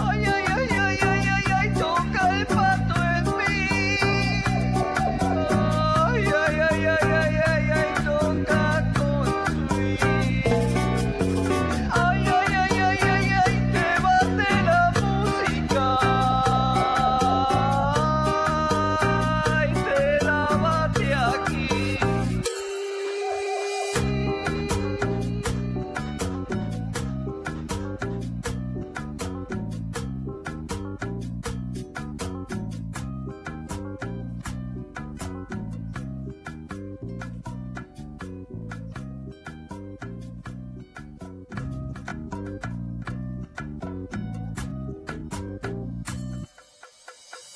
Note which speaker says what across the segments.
Speaker 1: Ay, ay, ay, ay, ay, ay, ay, toca el pato en mí. Ay, ay, ay, ay, ay, ay, ay, toca construir. Ay, ay, ay, ay, ay, ay, te vas de la música. Ay, te la vas de aquí.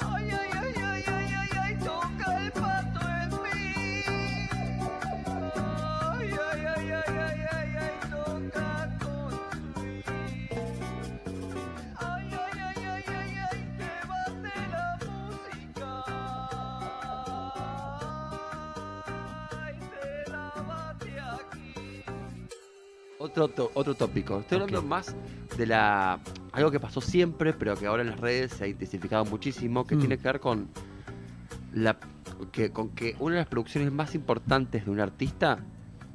Speaker 1: Ay, ay, ay, ay, ay, ay, ay, toca el pato en mí. Ay, ay, ay, ay, ay, ay, ay, toca construir. Ay, ay, ay, ay, ay, ay, te vas de la música. Ay, te la vas de aquí.
Speaker 2: Otro, to- otro tópico. Estoy hablando
Speaker 3: Ok.
Speaker 2: más de la algo que pasó siempre, pero que ahora en las redes se ha intensificado muchísimo, que
Speaker 3: Mm.
Speaker 2: tiene que ver con la que, con que una de las producciones más importantes de un artista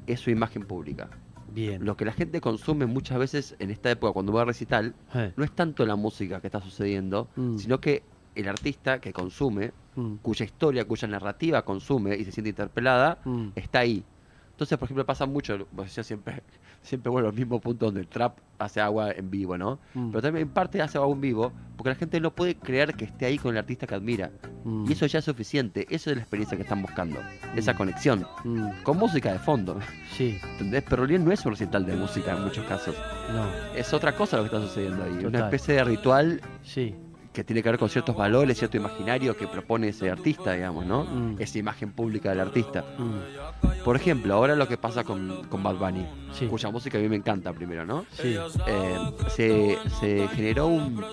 Speaker 2: es su imagen pública.
Speaker 3: Bien.
Speaker 2: Lo que la gente consume muchas veces en esta época cuando va a recital
Speaker 3: Eh,
Speaker 2: no es tanto la música que está sucediendo,
Speaker 3: Mm.
Speaker 2: sino que el artista que consume,
Speaker 3: mm,
Speaker 2: cuya historia, cuya narrativa consume y se siente interpelada,
Speaker 3: mm.
Speaker 2: está ahí. Entonces, por ejemplo, pasa mucho, pues yo siempre, siempre vuelvo al mismo punto donde el trap hace agua en vivo, ¿no?
Speaker 3: Mm.
Speaker 2: Pero también en parte hace agua en vivo, porque la gente no puede creer que esté ahí con el artista que admira.
Speaker 3: Mm.
Speaker 2: Y eso ya es suficiente, eso es la experiencia que están buscando, esa conexión,
Speaker 3: Mm,
Speaker 2: con música de fondo,
Speaker 3: Sí,
Speaker 2: ¿entendés? Pero Lien no es un recital de música en muchos casos,
Speaker 3: no,
Speaker 2: es otra cosa lo que está sucediendo ahí, una
Speaker 3: Total.
Speaker 2: especie de ritual
Speaker 3: sí.
Speaker 2: que tiene que ver con ciertos valores, cierto imaginario que propone ese artista, digamos, ¿no?
Speaker 3: Mm.
Speaker 2: Esa imagen pública del artista.
Speaker 3: mm,
Speaker 2: Por ejemplo, ahora lo que pasa con, con Bad Bunny,
Speaker 3: Sí.
Speaker 2: cuya música a mí me encanta primero, ¿no?
Speaker 3: Sí.
Speaker 2: Eh, se, se generó un...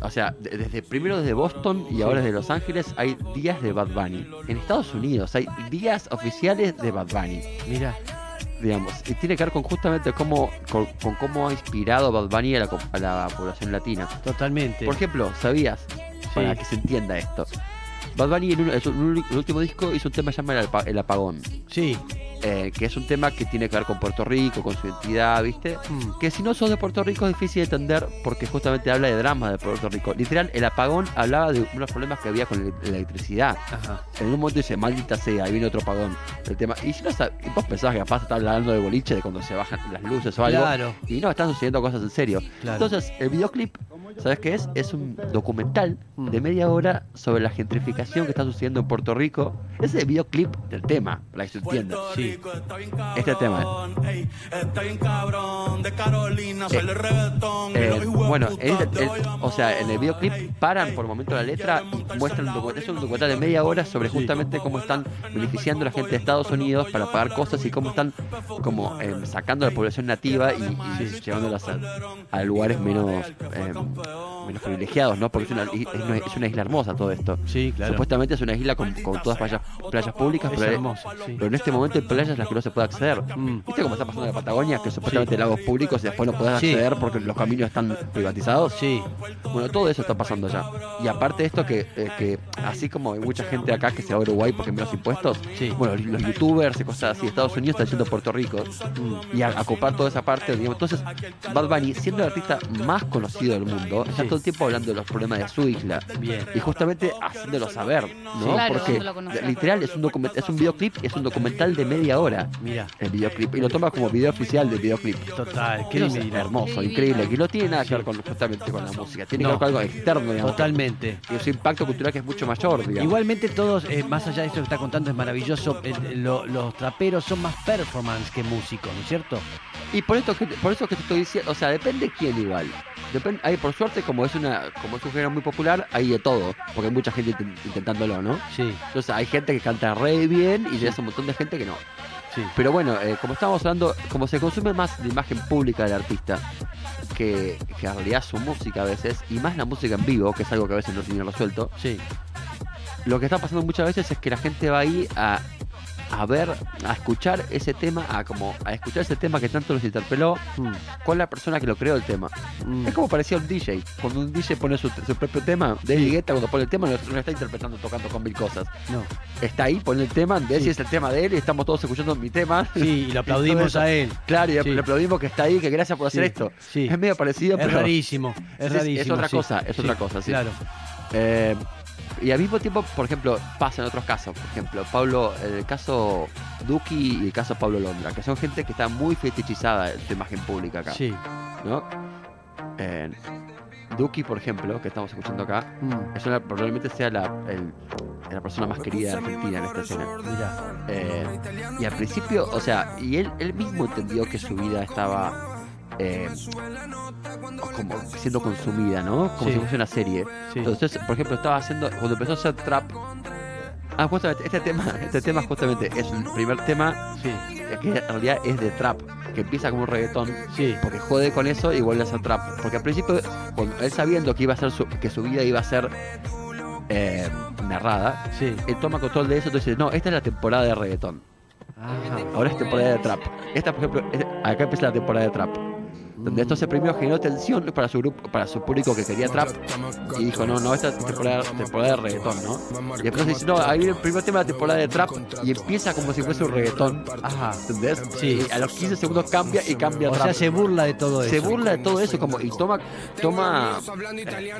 Speaker 2: O sea, de- desde primero desde Boston y ahora desde Los Ángeles hay días de Bad Bunny. En Estados Unidos hay días oficiales de Bad Bunny,
Speaker 3: Mira,
Speaker 2: digamos. Y tiene que ver con justamente cómo, con, con cómo ha inspirado Bad Bunny a la, co- a la población latina.
Speaker 3: totalmente.
Speaker 2: Por ejemplo, ¿sabías? Para
Speaker 3: Sí.
Speaker 2: que se entienda esto. Bad Bunny en, un- en su- en el último disco hizo un tema llamado El Apa- El Apagón
Speaker 3: Sí.
Speaker 2: eh, que es un tema que tiene que ver con Puerto Rico, con su identidad, ¿viste?
Speaker 3: mm,
Speaker 2: Que si no sos de Puerto Rico es difícil de entender porque justamente habla de dramas de Puerto Rico. Literal, el apagón hablaba de unos problemas que había con la electricidad.
Speaker 3: Ajá.
Speaker 2: En un momento dice, maldita sea, ahí viene otro apagón. El tema. Y si no sab- y vos pensabas que capaz está hablando de boliche, de cuando se bajan las luces o algo.
Speaker 3: Claro.
Speaker 2: Y no, están sucediendo cosas en serio.
Speaker 3: Claro.
Speaker 2: Entonces, el videoclip, ¿sabes qué es? Es un documental
Speaker 3: Mm.
Speaker 2: de media hora sobre la gentrificación que está sucediendo en Puerto Rico. Es el videoclip del tema, para que se entienda.
Speaker 4: Puerto
Speaker 3: sí.
Speaker 4: Rico está bien cabrón.
Speaker 2: Este tema,
Speaker 4: ey, está bien cabrón. De Carolina sale el reggaetón.
Speaker 2: Eh,
Speaker 4: y los hijos de
Speaker 2: bueno,
Speaker 4: puta
Speaker 2: el-
Speaker 4: de
Speaker 2: el-
Speaker 4: hoy,
Speaker 2: o sea, en el
Speaker 4: ey,
Speaker 2: videoclip paran
Speaker 4: ey,
Speaker 2: por momento la letra y muestran un
Speaker 4: quieren montarse
Speaker 2: documental,
Speaker 4: en
Speaker 2: es un
Speaker 4: la
Speaker 2: documental de
Speaker 4: bolita,
Speaker 2: media hora sobre
Speaker 4: sí.
Speaker 2: justamente cómo están beneficiando a la gente de Estados Unidos para pagar cosas y cómo están como eh, sacando a la población nativa y, y llevándolas a, a lugares menos eh, menos privilegiados, ¿no? Porque es una, y- es una- es una isla hermosa todo esto.
Speaker 3: Sí, claro.
Speaker 2: Supuestamente es una isla con, con todas playas, playas públicas,
Speaker 3: Es
Speaker 2: pero,
Speaker 3: hermosa, sí.
Speaker 2: pero en este momento hay playas a las que no se puede acceder. Mm. ¿Viste cómo está pasando en la Patagonia? Que supuestamente lagos públicos y después no podés
Speaker 3: Sí.
Speaker 2: acceder porque los caminos están privatizados.
Speaker 3: Sí.
Speaker 2: Bueno, todo eso está pasando allá. Y aparte de esto, que, eh, que así como hay mucha gente acá que se va a Uruguay porque menos impuestos,
Speaker 3: Sí.
Speaker 2: bueno, los youtubers y cosas así, Estados Unidos está yendo a Puerto Rico mm, y a, a copar toda esa parte. digamos. Entonces, Bad Bunny, siendo el artista más conocido del mundo, está
Speaker 3: Sí.
Speaker 2: todo el tiempo hablando de los problemas de su isla.
Speaker 3: Bien.
Speaker 2: Y justamente haciéndolo saber, ¿no?
Speaker 5: Claro,
Speaker 2: Porque
Speaker 5: dándolo a conocer.
Speaker 2: literal es un, document- es un videoclip, es un documental de media hora.
Speaker 3: Mira.
Speaker 2: El videoclip. Y lo toma como video oficial del videoclip.
Speaker 3: Total, qué
Speaker 2: Que es
Speaker 3: divino.
Speaker 2: hermoso,
Speaker 5: Qué
Speaker 2: increíble.
Speaker 5: divino.
Speaker 2: Que no tiene nada que ver con, justamente con la música. Tiene
Speaker 3: No.
Speaker 2: que ver con algo externo, digamos.
Speaker 3: Totalmente.
Speaker 2: Y su impacto cultural que es mucho mayor, digamos.
Speaker 3: Igualmente todos, eh, más allá de esto que está contando, es maravilloso, eh, lo- los traperos son más performance que músicos, ¿no es cierto?
Speaker 2: Y por esto que, por eso que te estoy diciendo, o sea, depende quién igual. Depende, hay, por suerte, como es una, como es un género muy popular, hay de todo, porque hay mucha gente intent- intentándolo, ¿no?
Speaker 3: Sí,
Speaker 2: Entonces hay gente que canta re bien y llegas a un montón de gente que no.
Speaker 3: sí.
Speaker 2: Pero bueno, eh, como estábamos hablando, como se consume más la imagen pública del artista que, que en realidad su música a veces, y más la música en vivo, que es algo que a veces no tiene resuelto,
Speaker 3: Sí,
Speaker 2: lo que está pasando muchas veces es que la gente va ahí a a ver, a escuchar ese tema, a como a escuchar ese tema que tanto nos interpeló
Speaker 3: Mm,
Speaker 2: con la persona que lo creó el tema.
Speaker 3: mm.
Speaker 2: Es como parecía un DJ. Cuando un DJ pone su, su propio tema, David Guetta cuando pone el tema no, no está interpretando, tocando con mil cosas.
Speaker 3: No.
Speaker 2: Está ahí, pone el tema, de
Speaker 3: Sí.
Speaker 2: si es el tema de él y estamos todos escuchando mi tema.
Speaker 3: Sí, y lo aplaudimos a él.
Speaker 2: Claro, y
Speaker 3: Sí.
Speaker 2: le aplaudimos que está ahí, que gracias por hacer
Speaker 3: Sí,
Speaker 2: esto.
Speaker 3: sí.
Speaker 2: Es medio parecido,
Speaker 3: Es
Speaker 2: pero...
Speaker 3: rarísimo,
Speaker 2: es-
Speaker 3: es
Speaker 2: es
Speaker 3: rarísimo.
Speaker 2: otra
Speaker 3: sí.
Speaker 2: cosa, es otra cosa, sí.
Speaker 3: Claro.
Speaker 2: Eh, y al mismo tiempo, por ejemplo, pasa en otros casos. Por ejemplo, Pablo, el caso Duki y el caso Pablo Londra, que son gente que está muy fetichizada en su imagen pública acá.
Speaker 3: Sí.
Speaker 2: ¿no? Eh, Duki, por ejemplo, que estamos escuchando acá,
Speaker 3: Mm,
Speaker 2: es una, probablemente sea la, el- la persona más querida de Argentina en esta escena.
Speaker 3: mirá.
Speaker 2: Eh, y al principio, o sea, y él, él mismo entendió que su vida estaba eh, como siendo consumida, ¿no? Como
Speaker 3: Sí.
Speaker 2: si fuese una serie.
Speaker 3: Sí.
Speaker 2: Entonces, por ejemplo, estaba haciendo, cuando empezó a hacer trap, ah, justamente, este tema, este tema justamente es el primer tema
Speaker 3: sí.
Speaker 2: eh, que en realidad es de trap, que empieza como un reggaetón,
Speaker 3: Sí.
Speaker 2: porque jode con eso y vuelve a hacer trap. Porque al principio, cuando él sabiendo que iba a ser su, que su vida iba a ser eh, narrada,
Speaker 3: Sí.
Speaker 2: él toma control de eso y dice, no, esta es la temporada de reggaetón.
Speaker 3: Ajá.
Speaker 2: Ah, Ahora es temporada de trap. Esta, por ejemplo, es- acá empieza la temporada de trap. Donde esto se premió generó tensión para su grupo, para su público que quería trap. Y dijo, no, no, esta es temporada, temporada de reggaetón, ¿no? Y después dice, no, ahí viene el primer tema de la temporada de trap y empieza como si fuese un reggaetón.
Speaker 3: Ajá.
Speaker 2: ¿Entendés?
Speaker 3: Sí.
Speaker 2: Y a los 15 segundos cambia y cambia
Speaker 3: Ah. O
Speaker 2: trap.
Speaker 3: sea, se burla de todo eso.
Speaker 2: se burla de todo eso como y toma toma eh,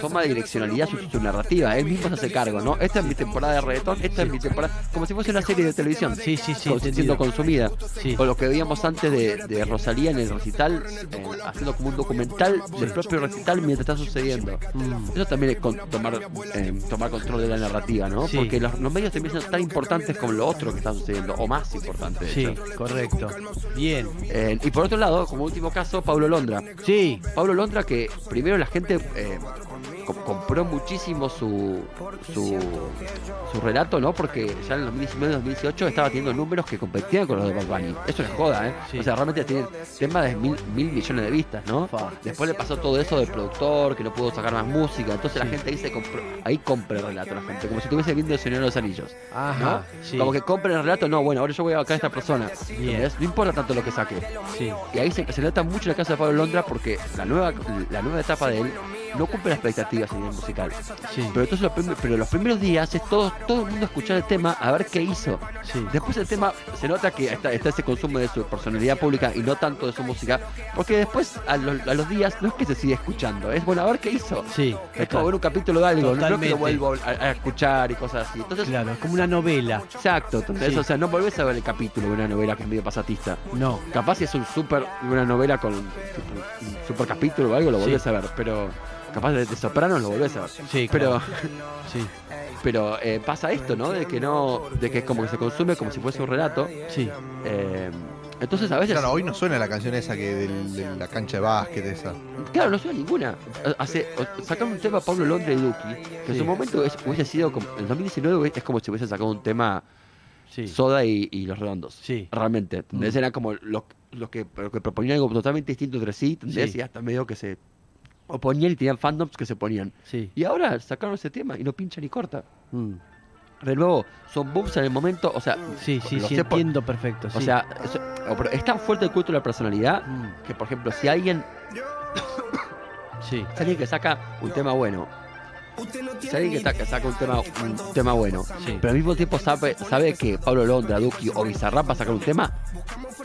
Speaker 2: toma direccionalidad su, su narrativa él mismo se hace cargo no esta es mi temporada de reggaetón esta es mi temporada como si fuese una serie de televisión
Speaker 3: Sí, sí, sí,
Speaker 2: con-
Speaker 3: entendido.
Speaker 2: siendo consumida
Speaker 3: Sí.
Speaker 2: o lo que veíamos antes de, de Rosalía en el recital eh, haciendo como un documental del propio recital mientras está sucediendo
Speaker 3: Mm.
Speaker 2: eso también es con- tomar eh, tomar control de la narrativa no
Speaker 3: Sí.
Speaker 2: porque los, los medios también son tan importantes como lo otro que está sucediendo o más importante de
Speaker 3: Sí,
Speaker 2: hecho.
Speaker 3: correcto. Bien.
Speaker 2: Eh, y por otro lado como último caso Pablo Londra
Speaker 3: Sí.
Speaker 2: Pablo Londra que primero la gente eh, com- compró muchísimo su, su su relato, ¿no? Porque ya en 2019-2018 estaba teniendo números que competían con los de Bad Bunny. Eso es joda, ¿eh?
Speaker 3: Sí.
Speaker 2: O sea, realmente tiene tema de mil, mil millones de vistas, ¿no?
Speaker 3: Fa.
Speaker 2: Después le pasó todo eso del productor, que no pudo sacar más música. Entonces la
Speaker 3: Sí.
Speaker 2: gente ahí, se compró, ahí compra el relato la gente, como si estuviese viendo el Señor de los Anillos. ¿no?
Speaker 3: Ajá. Sí.
Speaker 2: Como que compren el relato, no, bueno, ahora yo voy a bancar a esta persona.
Speaker 3: Bien.
Speaker 2: ¿Entendés? No importa tanto lo que saque.
Speaker 3: Sí.
Speaker 2: Y ahí se, se nota mucho la casa de Pablo Londra porque la nueva, la nueva etapa de él no cumple las expectativas a nivel musical.
Speaker 3: Sí.
Speaker 2: Pero, entonces los prim- pero los primeros días es todo, todo el mundo escuchar el tema a ver qué hizo.
Speaker 3: Sí.
Speaker 2: Después el tema se nota que está, está ese consumo de su personalidad pública y no tanto de su música, porque después a, los- a los días no es que se sigue escuchando, es bueno a ver qué hizo.
Speaker 3: Sí.
Speaker 2: Es como ver un capítulo de algo, no creo que
Speaker 3: Totalmente.
Speaker 2: lo vuelvo a, a escuchar y cosas así. Entonces,
Speaker 3: Claro, es como una novela.
Speaker 2: exacto, entonces,
Speaker 3: Sí.
Speaker 2: o sea, no volvés a ver el capítulo de una novela que es medio pasatista.
Speaker 3: No.
Speaker 2: Capaz si es un super, una novela con un super capítulo o algo, lo
Speaker 3: Sí.
Speaker 2: volvés a ver, pero capaz de, de Sopranos lo volvés a ver.
Speaker 3: Sí,
Speaker 2: Pero,
Speaker 3: claro. Sí.
Speaker 2: pero eh, pasa esto, ¿no? De que no, de que es como que se consume como si fuese un relato.
Speaker 3: Sí.
Speaker 2: Eh, entonces a veces,
Speaker 5: Claro,
Speaker 2: claro,
Speaker 5: hoy no suena la canción esa que del- de la cancha de básquet esa.
Speaker 2: no suena ninguna. Hace, o- sacaron un tema Pablo Londra y Duki, que en
Speaker 3: Sí.
Speaker 2: su momento es- hubiese sido, como, en 2019 es como si hubiesen sacado un tema
Speaker 3: Sí.
Speaker 2: Soda y, y Los Redondos.
Speaker 3: Sí.
Speaker 2: Realmente, ¿entendés?
Speaker 3: Mm.
Speaker 2: Era como los, los que, los que proponían algo totalmente distinto entre sí, ¿entendés?
Speaker 3: Sí.
Speaker 2: Y hasta medio que se oponían y tenían fandoms que se ponían.
Speaker 3: Sí.
Speaker 2: Y ahora sacaron ese tema y no pincha ni corta.
Speaker 3: Mm.
Speaker 2: De nuevo, son booms en el momento, o sea,
Speaker 3: Sí, sí,
Speaker 2: lo
Speaker 3: sí,
Speaker 2: sé por-
Speaker 3: entiendo perfecto.
Speaker 2: O
Speaker 3: sí.
Speaker 2: sea, eso- o- pero es tan fuerte el culto de la personalidad
Speaker 3: Mm,
Speaker 2: que, por ejemplo, si alguien,
Speaker 3: sí,
Speaker 2: si alguien que saca un tema bueno, si alguien que, ta- que saca un tema, un tema bueno,
Speaker 3: Sí.
Speaker 2: pero al mismo tiempo sabe, sabe que Pablo Londra, Duki o Bizarrap va a sacar un tema,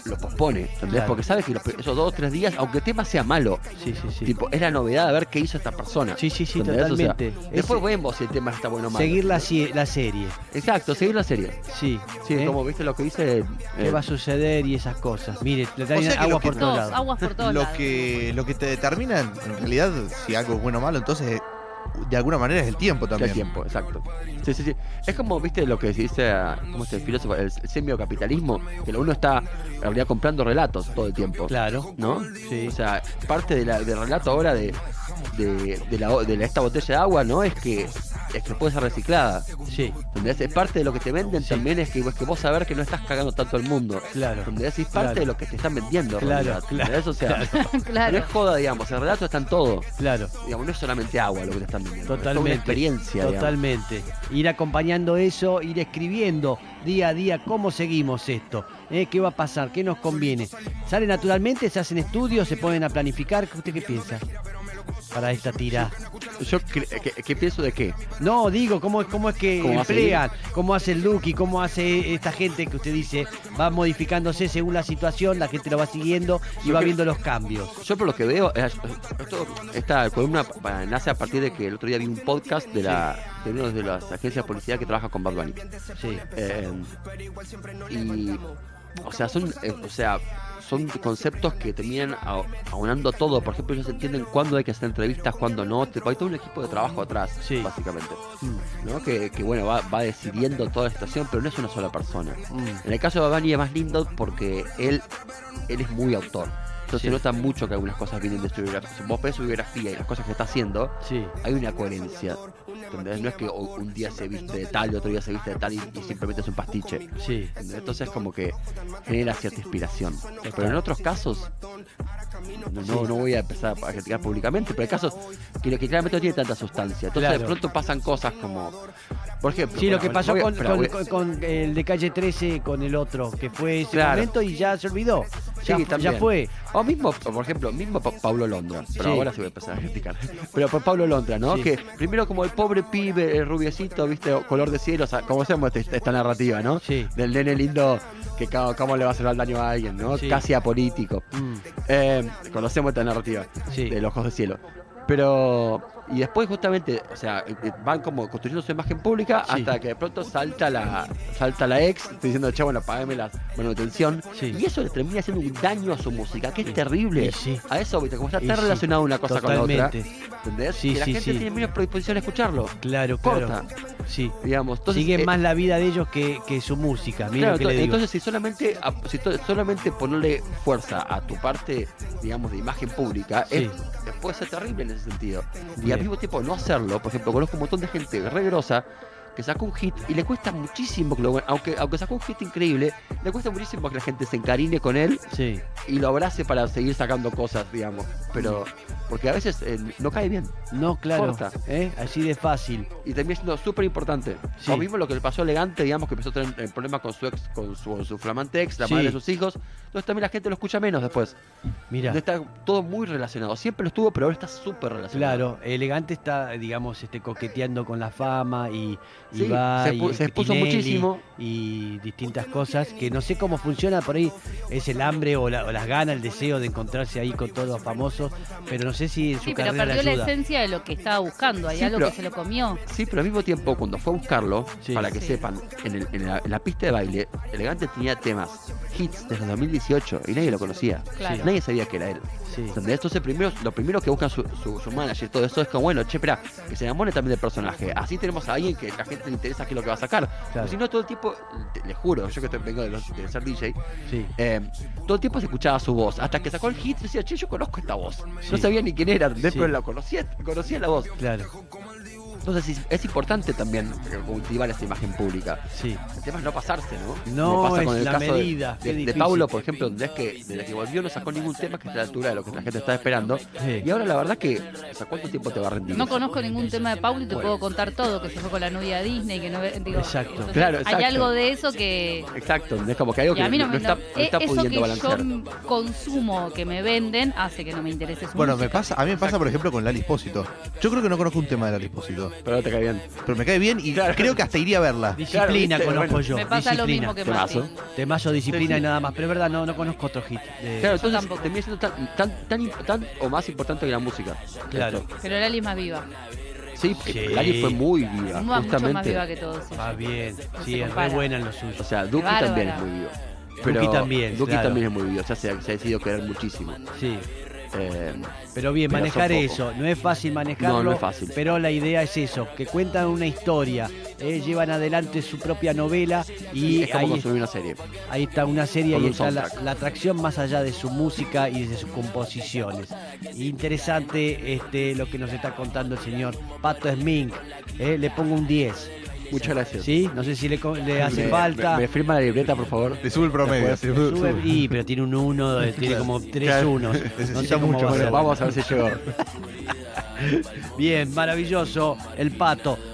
Speaker 2: lo pospone, ¿entendés?
Speaker 3: Claro.
Speaker 2: Porque sabe que los- esos dos o tres días, aunque el tema sea malo,
Speaker 3: sí, sí, sí.
Speaker 2: tipo, es la novedad de ver qué hizo esta persona.
Speaker 3: Sí, sí, sí,
Speaker 2: ¿entendés? O sea,
Speaker 3: totalmente.
Speaker 2: después
Speaker 3: Ese-
Speaker 2: vemos si el tema está bueno o malo.
Speaker 3: Seguir la, sie- la serie.
Speaker 2: Exacto, seguir la serie.
Speaker 3: Sí.
Speaker 2: Sí,
Speaker 3: ¿eh?
Speaker 2: como viste lo que dice.
Speaker 3: ¿Qué
Speaker 2: eh,
Speaker 3: va a suceder y esas cosas? Mire, le
Speaker 5: O
Speaker 3: traen
Speaker 5: sea que
Speaker 3: agua
Speaker 5: lo que-
Speaker 3: por todos
Speaker 6: Todos,
Speaker 3: lados.
Speaker 6: aguas por todos
Speaker 5: Lo
Speaker 6: lados.
Speaker 5: que, lo que te determina en realidad si algo es bueno o malo, entonces de alguna manera es el tiempo
Speaker 2: ya
Speaker 5: también.
Speaker 2: el tiempo, exacto. Sí, sí, sí. Es como, viste, lo que se dice, ah, ¿cómo se dice? el filósofo? El semiocapitalismo, que uno está en realidad comprando relatos todo el tiempo.
Speaker 3: Claro.
Speaker 2: ¿no?
Speaker 3: Sí.
Speaker 2: O sea, parte de la- del relato ahora de, de, de la, de la- esta botella de agua, ¿no? Es que, es que puede ser reciclada.
Speaker 3: Sí.
Speaker 2: ¿Entendés? Es parte de lo que te venden
Speaker 3: Sí.
Speaker 2: también, es que, es que vos saber que no estás cagando tanto al mundo.
Speaker 3: Claro.
Speaker 2: ¿Entendés? Es parte
Speaker 3: Claro.
Speaker 2: de lo que te están vendiendo. en
Speaker 3: Claro,
Speaker 2: realidad,
Speaker 3: claro,
Speaker 2: ¿entendés? O sea,
Speaker 6: Claro.
Speaker 2: no es joda, digamos, el relato está en todo.
Speaker 3: Claro.
Speaker 2: Digamos, no es solamente agua lo que te están es toda
Speaker 3: Totalmente.
Speaker 2: una experiencia. digamos.
Speaker 3: Totalmente. Ir acompañando eso, ir escribiendo día a día cómo seguimos esto, ¿eh? qué va a pasar, qué nos conviene. Sale naturalmente, se hacen estudios, se ponen a planificar. ¿Usted qué piensa para esta tira?
Speaker 2: Yo cre- ¿qué, qué pienso de qué?
Speaker 3: No, digo, ¿cómo, es- cómo es que
Speaker 2: ¿Cómo va a
Speaker 3: emplean? ¿Cómo hace el look y cómo hace esta gente que usted dice va modificándose según la situación, la gente lo va siguiendo y
Speaker 2: Yo
Speaker 3: va
Speaker 2: creo-
Speaker 3: viendo los cambios?
Speaker 2: Yo por lo que veo, eh, esto- esta columna pa- nace a partir de que el otro día vi un podcast de la de una de las agencias policiales que trabaja con Bad Bunny.
Speaker 3: Sí,
Speaker 2: Eh, y, o sea, son, eh, o sea, son conceptos que terminan a- aunando todo. Por ejemplo, ellos entienden cuándo hay que hacer entrevistas, cuándo no. Te- Hay todo un equipo de trabajo atrás,
Speaker 3: Sí.
Speaker 2: básicamente.
Speaker 3: Mm.
Speaker 2: ¿no? Que, que, bueno, va, va decidiendo toda la situación, pero no es una sola persona. En el caso de Babani es más lindo porque él, él es muy autor. Entonces
Speaker 3: Sí.
Speaker 2: se nota mucho que algunas cosas vienen de su biografía. Si vos ves su biografía y las cosas que está haciendo,
Speaker 3: sí.
Speaker 2: hay una coherencia. ¿entendés? No es que o- un día se viste de tal y otro día se viste de tal y, y simplemente es un pastiche.
Speaker 3: Sí,
Speaker 2: ¿entendés? Entonces como que genera cierta inspiración. Pero en otros casos, no, no, no voy a empezar a criticar públicamente, pero hay casos que, que claramente no tiene tanta sustancia. Entonces de
Speaker 3: Claro.
Speaker 2: pronto pasan cosas como... Por ejemplo,
Speaker 3: sí, lo
Speaker 2: bueno,
Speaker 3: que
Speaker 2: bueno,
Speaker 3: pasó
Speaker 2: voy a-
Speaker 3: con,
Speaker 2: espera,
Speaker 3: con-
Speaker 2: voy a-
Speaker 3: con- con el de calle 13, con el otro, que fue ese
Speaker 2: Claro.
Speaker 3: momento y ya se olvidó. Ya,
Speaker 2: Sí,
Speaker 3: ya
Speaker 2: también.
Speaker 3: fue.
Speaker 2: O mismo, por ejemplo, mismo Pa- Pablo Londra. Pero
Speaker 3: Sí.
Speaker 2: ahora sí voy a empezar a criticar. Pero por Pablo Londra, ¿no?
Speaker 3: Sí.
Speaker 2: Que primero como el pobre pibe, el rubiecito, viste, O color de cielo, o sea, conocemos esta, esta narrativa, ¿no?
Speaker 3: Sí.
Speaker 2: Del nene lindo que ca- cómo le va a hacer el daño a alguien, ¿no?
Speaker 3: Sí.
Speaker 2: Casi apolítico.
Speaker 3: Mm,
Speaker 2: Eh, conocemos esta narrativa
Speaker 3: Sí.
Speaker 2: de los ojos de cielo. Pero, y después justamente, o sea, eh, eh, van como construyendo su imagen pública
Speaker 3: Sí.
Speaker 2: hasta que de pronto salta la salta la ex diciendo, che, bueno, pagame la manutención.
Speaker 3: Sí.
Speaker 2: Y eso le termina haciendo un daño a su música, que
Speaker 3: Sí.
Speaker 2: es terrible.
Speaker 3: Y sí.
Speaker 2: A eso, viste, como está
Speaker 3: Y
Speaker 2: tan
Speaker 3: sí,
Speaker 2: relacionada una cosa con la
Speaker 3: totalmente.
Speaker 2: otra. ¿Entendés?
Speaker 3: Sí,
Speaker 2: que la
Speaker 3: sí,
Speaker 2: gente
Speaker 3: sí.
Speaker 2: tiene menos predisposición a escucharlo,
Speaker 3: Claro, claro.
Speaker 2: Corta.
Speaker 3: Sí.
Speaker 2: digamos. Entonces,
Speaker 3: Siguen
Speaker 2: eh,
Speaker 3: más la vida de ellos que, que su música. Mira
Speaker 2: Claro,
Speaker 3: lo que le
Speaker 2: ento-
Speaker 3: digo.
Speaker 2: entonces si solamente a- si to- solamente ponerle fuerza a tu parte, digamos, de imagen pública,
Speaker 3: Sí.
Speaker 2: es- puede ser terrible en ese sentido. Y
Speaker 3: Bien.
Speaker 2: al mismo tiempo no hacerlo, por ejemplo, conozco un montón de gente re grosa que sacó un hit y le cuesta muchísimo, que lo- aunque, aunque sacó un hit increíble, le cuesta muchísimo que la gente se encarine con él
Speaker 3: Sí,
Speaker 2: y lo abrace para seguir sacando cosas, digamos. Pero, porque a veces eh, no cae bien
Speaker 3: no, claro.
Speaker 2: Corta.
Speaker 3: ¿eh? Así de fácil.
Speaker 2: y también siendo súper importante.
Speaker 3: Sí.
Speaker 2: Lo mismo lo que le pasó a Elegante, digamos, que empezó a tener eh, problemas con su ex, con su, con su flamante ex, la
Speaker 3: Sí.
Speaker 2: madre de sus hijos. Entonces también la gente lo escucha menos después.
Speaker 3: Mira.
Speaker 2: Está todo muy relacionado. Siempre lo estuvo, pero ahora está súper relacionado.
Speaker 3: Claro, elegante está, digamos, este, coqueteando con la fama y, y
Speaker 2: Sí,
Speaker 3: va
Speaker 2: se
Speaker 3: y
Speaker 2: pu- se expuso
Speaker 3: Tinelli
Speaker 2: muchísimo.
Speaker 3: y distintas cosas que no sé cómo funciona por ahí es el hambre o, la- o las ganas, el deseo de encontrarse ahí con todos los famosos, pero no sé si en su
Speaker 6: Sí, pero
Speaker 3: carrera le
Speaker 6: perdió la
Speaker 3: ayuda.
Speaker 6: esencia de lo que estaba buscando. Hay
Speaker 2: Sí,
Speaker 6: algo
Speaker 2: pero-
Speaker 6: que se lo comió.
Speaker 2: Sí, pero al mismo tiempo, cuando fue a buscarlo,
Speaker 3: Sí.
Speaker 2: para que
Speaker 6: Sí.
Speaker 2: sepan, en, el- en la, en la pista de baile, Elegante tenía temas, hits desde 2018 y nadie lo conocía.
Speaker 6: Claro.
Speaker 2: Nadie sabía que era él.
Speaker 3: Sí.
Speaker 2: ¿Entendés? Entonces, primero, lo primero que busca su, su, su manager, todo eso es como, bueno, che, espera, que se enamore también del personaje. Así tenemos a alguien que la gente le interesa qué es lo que va a sacar. Porque Si no, todo el tiempo, te- le juro, yo que te- vengo de, los- de ser DJ,
Speaker 3: Sí.
Speaker 2: eh, todo el tiempo se escuchaba su voz. Hasta que sacó el hit, decía, che, yo conozco esta voz.
Speaker 3: Sí.
Speaker 2: No sabía ni quién era, ¿entendés?
Speaker 3: Sí.
Speaker 2: pero la conocía, conocía la voz.
Speaker 3: Claro,
Speaker 2: Entonces, es, es importante también eh, cultivar esa imagen pública.
Speaker 3: sí.
Speaker 2: El tema es no pasarse, ¿no?
Speaker 3: No,
Speaker 2: Como pasa
Speaker 3: es
Speaker 2: con el
Speaker 3: la
Speaker 2: caso de-
Speaker 3: medida, qué
Speaker 2: De, de
Speaker 3: difícil.
Speaker 2: Paulo, por ejemplo, donde es que desde que volvió no sacó ningún tema que esté a la altura de lo que la gente está esperando.
Speaker 3: Sí.
Speaker 2: Y ahora la verdad que, o sea, ¿cuánto tiempo te va a rendir?
Speaker 6: No
Speaker 2: eso?
Speaker 6: conozco ningún tema de Paul y te puedo contar todo, que se fue con la novia a Disney, que no ve- digo,
Speaker 3: Exacto.
Speaker 6: entonces,
Speaker 2: Claro,
Speaker 6: Hay
Speaker 2: exacto.
Speaker 6: algo de eso que
Speaker 2: Exacto, es como que hay algo
Speaker 6: y
Speaker 2: que
Speaker 6: a mí no, me
Speaker 2: está,
Speaker 6: no-
Speaker 2: no está
Speaker 6: eh, eso que
Speaker 2: pudiendo balancear.
Speaker 6: yo consumo, que me venden, hace que no me interese su
Speaker 5: Bueno, me
Speaker 6: música.
Speaker 5: pasa, a mí me pasa, por ejemplo, con Lali Espósito. Yo creo que no conozco un tema de Lali Espósito,
Speaker 2: Pero no te cae bien.
Speaker 5: pero me cae bien y
Speaker 2: Claro.
Speaker 5: creo que hasta iría a verla.
Speaker 3: Disciplina
Speaker 2: viste,
Speaker 3: conozco
Speaker 2: bueno.
Speaker 3: yo.
Speaker 6: Me pasa lo
Speaker 3: disciplina.
Speaker 6: mismo que
Speaker 2: Temazo.
Speaker 6: Mati.
Speaker 3: Temazo, disciplina
Speaker 2: Sí, sí.
Speaker 3: y nada más, pero es verdad, no, no conozco otro hit. de-
Speaker 2: Claro, entonces
Speaker 6: tampoco.
Speaker 2: termina siendo tan, tan, tan, imp- tan o más importante que la música.
Speaker 3: Claro.
Speaker 2: Esto.
Speaker 6: Pero Lali es más viva.
Speaker 2: Sí,
Speaker 3: Sí.
Speaker 2: Lali fue muy viva,
Speaker 6: Mua- mucho más
Speaker 2: justamente.
Speaker 6: viva que todos.
Speaker 3: Va Ah, bien, sí, es muy
Speaker 6: compara.
Speaker 3: buena en lo suyo.
Speaker 2: O sea, Duki
Speaker 6: Bárbara.
Speaker 2: también es muy viva.
Speaker 3: Duki también,
Speaker 2: Duki
Speaker 3: claro.
Speaker 2: también es muy viva, o sea, se ha, se ha decidido querer muchísimo.
Speaker 3: Sí.
Speaker 2: Eh,
Speaker 3: Pero bien,
Speaker 2: Pero
Speaker 3: manejar
Speaker 2: son poco.
Speaker 3: eso, no es fácil manejarlo.
Speaker 2: No, no es fácil.
Speaker 3: Pero la idea es eso, que cuentan una historia, eh, llevan adelante su propia novela y
Speaker 2: es como
Speaker 3: ahí,
Speaker 2: consumir una serie.
Speaker 3: ahí está una serie
Speaker 2: con
Speaker 3: y
Speaker 2: un
Speaker 3: está la,
Speaker 2: soundtrack.
Speaker 3: la atracción más allá de su música y de sus composiciones. Interesante este, lo que nos está contando el señor Pato Smink. eh, le pongo un 10.
Speaker 2: Muchas gracias.
Speaker 3: ¿Sí? No sé si le, co- le hace
Speaker 2: Me-
Speaker 3: falta.
Speaker 2: Me, me firma la libreta, por favor.
Speaker 5: Le sube el promedio.
Speaker 2: Después,
Speaker 5: le sube-
Speaker 3: Sube-
Speaker 5: sube.
Speaker 3: y, pero tiene un 1, tiene como tres
Speaker 5: Claro.
Speaker 3: unos. No sé
Speaker 5: Necesita
Speaker 3: cómo
Speaker 5: mucho,
Speaker 3: va a
Speaker 5: bueno,
Speaker 2: Bueno,
Speaker 3: ser.
Speaker 2: vamos a ver si llegó.
Speaker 3: Bien, maravilloso, el pato.